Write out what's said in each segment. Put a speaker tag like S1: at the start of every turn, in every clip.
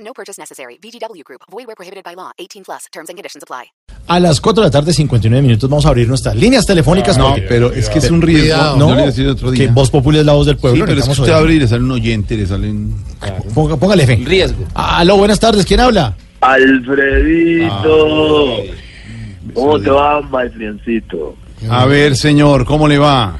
S1: No purchase necessary. VGW Group. Void where prohibited by law. 18 plus. Terms and conditions apply.
S2: A las 4 de la tarde, 59 minutos, vamos a abrir nuestras líneas telefónicas.
S3: No,
S2: porque-
S3: pero es que es un riesgo.
S2: Cuidado.
S3: no,
S2: No,
S3: le iba a decir otro día.
S2: que Voz Popular es la voz del pueblo.
S3: sí, pero es que
S2: necesitamos
S3: usted
S2: oír.
S3: abre y le sale un oyente, le sale un...
S2: Ponga- póngale fe.
S4: Riesgo.
S2: Aló, buenas tardes, ¿quién habla?
S5: Alfredito, ¿cómo te va, my friendcito?
S3: A ver, señor, ¿cómo le va?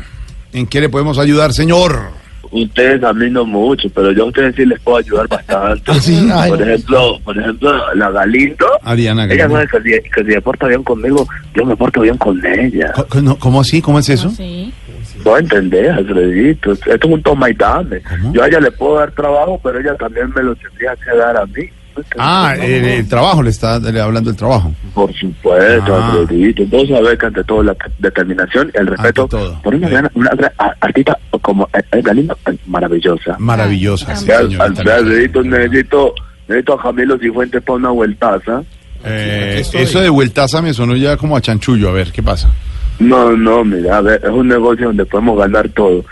S3: ¿En qué le podemos ayudar, señor?
S5: Ustedes a mí no mucho, pero yo a ustedes sí les puedo ayudar bastante.
S2: sí? Ay,
S5: por
S2: no.
S5: ejemplo, por ejemplo, la Galindo,
S3: Ariana
S5: ella
S3: Grande.
S5: sabe que si, que si se porta bien conmigo, yo me porto bien con ella.
S3: Co- no, ¿Cómo así? ¿Cómo es eso?
S5: No entendés, Alfredito, esto es un toma y dame.
S3: ¿Cómo?
S5: Yo a ella le puedo dar trabajo, pero ella también me lo tendría que dar a mí.
S3: Ah, el, el trabajo, le está le hablando del trabajo.
S5: Por supuesto,
S3: Ah.
S5: Alfredito. Vos sabés que ante todo la determinación, el respeto
S3: Ante todo.
S5: por una
S3: Sí.
S5: gran una gran a- artista como eh, eh, Galindo, eh, maravillosa.
S3: Maravillosa. sí,
S5: Vea,
S3: señor,
S5: al- vea,
S3: también.
S5: Alfredito, necesito, necesito a Camilo Cifuentes para una vueltaza.
S3: Eh, eso de vueltaza me sonó ya como a chanchullo. A ver, ¿qué pasa?
S5: No, no, mira, a ver, es un negocio donde podemos ganar todo.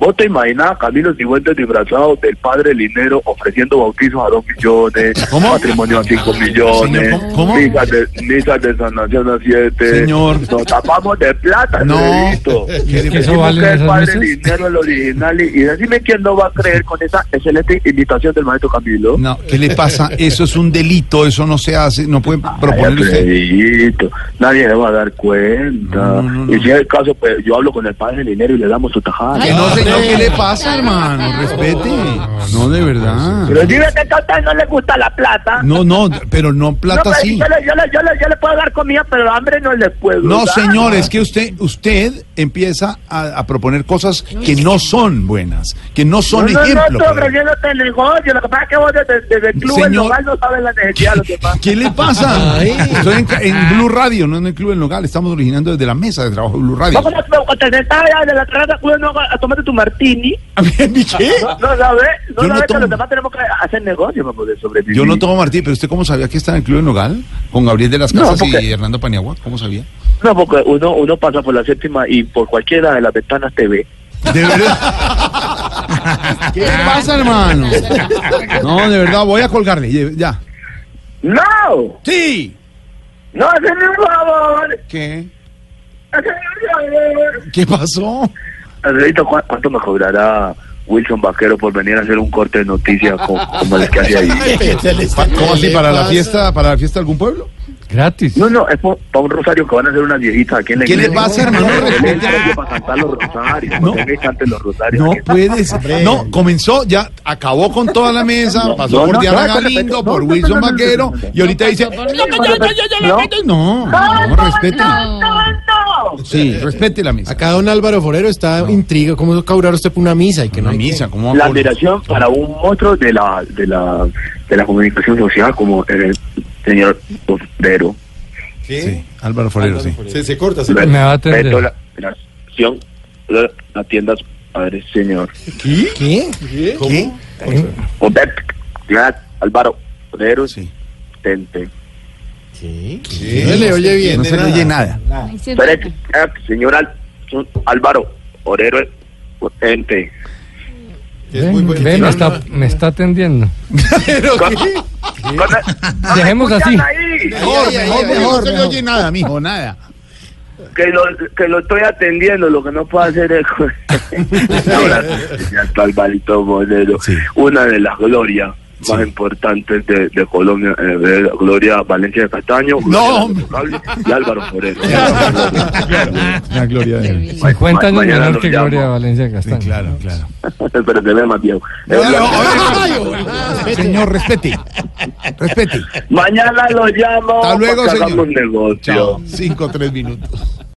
S5: ¿Vos te imaginás a Camilo Cifuentes disfrazado del padre Linero ofreciendo bautizos a dos millones,
S3: ¿Cómo?
S5: matrimonio a cinco millones,
S3: Señor, ¿cómo- cómo?
S5: misas de, misas de sanación a siete?
S3: Señor.
S5: Nos tapamos de plata,
S3: No.
S5: Alfredito.
S3: ¿Qué-
S5: Decime
S6: valen
S5: que el
S6: esas
S5: padre
S6: misas?
S5: Linero, el original, y, y decime quién no va a creer con esa excelente invitación del maestro Camilo.
S3: No, ¿qué le pasa? Eso es un delito, eso no se hace, no puede proponer
S5: Ay,
S3: usted.
S5: Alfredito, nadie le va a dar cuenta.
S3: No, no, no,
S5: y si es el caso, pues yo hablo con el padre del dinero y le damos su tajada.
S3: Que no, señor, ¿qué le pasa, hermano? Respete. No, de verdad.
S5: Pero dime que a usted no le gusta la plata.
S3: No, no, pero no
S5: No,
S3: plata
S5: pero
S3: sí.
S5: yo, le, yo, le, yo, le, yo le puedo dar comida, pero hambre no le puedo.
S3: No,
S5: dar.
S3: señor, es que usted, usted empieza a, a proponer cosas que no son buenas, que no
S5: No,
S3: son
S5: no, no,
S3: ejemplo.
S5: estoy
S3: para-
S5: ofreciéndote el negocio. Lo que pasa es que vos desde, desde el club,
S3: Señor.
S5: el local, no sabes la necesidad de los demás.
S3: ¿Qué le pasa? Estoy en, ca- en Blue Radio, no en el Club en Local, estamos originando desde la mesa de trabajo de Blue Radio.
S5: ¿Cómo no te sentás allá de la terraza culo, no, a tomarte tu martini?
S3: ¿Mi qué?
S5: No, no sabes, no
S3: Yo no
S5: sabes que
S3: tomo.
S5: los demás tenemos que hacer negocio para poder sobrevivir.
S3: Yo no tomo Martí, pero ¿usted cómo sabía que está en el Club en Local? Con Gabriel de las
S5: No,
S3: Casas y
S5: porque-
S3: Hernando Paniagua, ¿cómo sabía?
S5: No, porque uno, uno pasa por la séptima y por cualquiera de las ventanas te ve.
S3: De verdad. ¿Qué le pasa, hermano? No, de verdad, voy a colgarle, ya.
S5: ¡No!
S3: Sí.
S5: ¡No haces un favor!
S3: ¿Qué?
S5: ¡Haces un
S3: ¿Qué pasó?
S5: favor! ¿cuánto me cobrará Wilson Vaquero por venir a hacer un corte de noticias co- como el que hace ahí?
S3: ¿Cómo así? ¿Para la fiesta, para la fiesta de algún pueblo?
S6: Gratis.
S5: No, no, es por- para un rosario que van a hacer unas viejitas aquí en la
S3: ¿Qué le
S5: iglesia.
S3: pasa, hermano?
S5: No, es
S3: Respete.
S5: el para cantar los rosarios,
S3: No.
S5: no. que canten los rosarios.
S3: No
S5: Que-
S3: puedes. No, comenzó, ya acabó con toda la mesa,
S5: No,
S3: pasó
S5: no,
S3: por
S5: no,
S3: Diana
S5: no,
S3: Galindo,
S5: no,
S3: por
S5: no, no,
S3: Wilson
S5: no, no,
S3: Vaquero,
S5: no, no, no.
S3: y ahorita dice. No, no, no, respete. Sí, respete la mesa.
S2: Acá don Álvaro Forero está intriga. ¿Cómo cobrar usted por una misa? Y que
S3: Una
S2: no hay
S3: misa, ¿cómo
S5: La
S3: va a cobrar?
S5: admiración para un monstruo de la, de la, de la comunicación social como el señor Cordero.
S3: Sí, Álvaro Forero, sí.
S5: Re-
S6: Me va a atender.
S5: respeto la relación de las tiendas padres, señor.
S2: que- ¿Qué?
S3: ¿Qué?
S5: Usted, ya, Álvaro, Cordero,
S3: Sí.
S5: tente.
S2: No le oye bien.
S3: No se le oye nada.
S5: Pero, eh, señor Al- son- Álvaro, Orero, potente.
S6: Ve, me está, me está atendiendo.
S5: pues
S6: Dejemos así.
S3: Mejor, mejor, mejor. No se le oye nada, mijo, nada.
S5: Que lo, que lo estoy atendiendo, lo que no puedo hacer es... Ahora, ya está Alvarito Moreno,
S3: Sí.
S5: una de las glorias
S3: Sí.
S5: más importantes de, de Colombia, eh, de la Gloria Valencia de Castaño, Gloria
S3: hombre.
S5: Intocable y Álvaro Moreno.
S3: La gloria de Dios.
S6: 50 años
S5: Ma- mañana
S6: menor
S5: los
S6: que
S5: llamo.
S6: Gloria Valencia Castaño.
S3: Claro, claro.
S5: Pero te ve más viejo. Eh,
S3: oh. Señor, respete. Respete.
S5: Mañana lo llamo
S3: Hasta luego,
S5: para que
S3: señor.
S5: hagamos negocio.
S3: Chao. Cinco, tres minutos.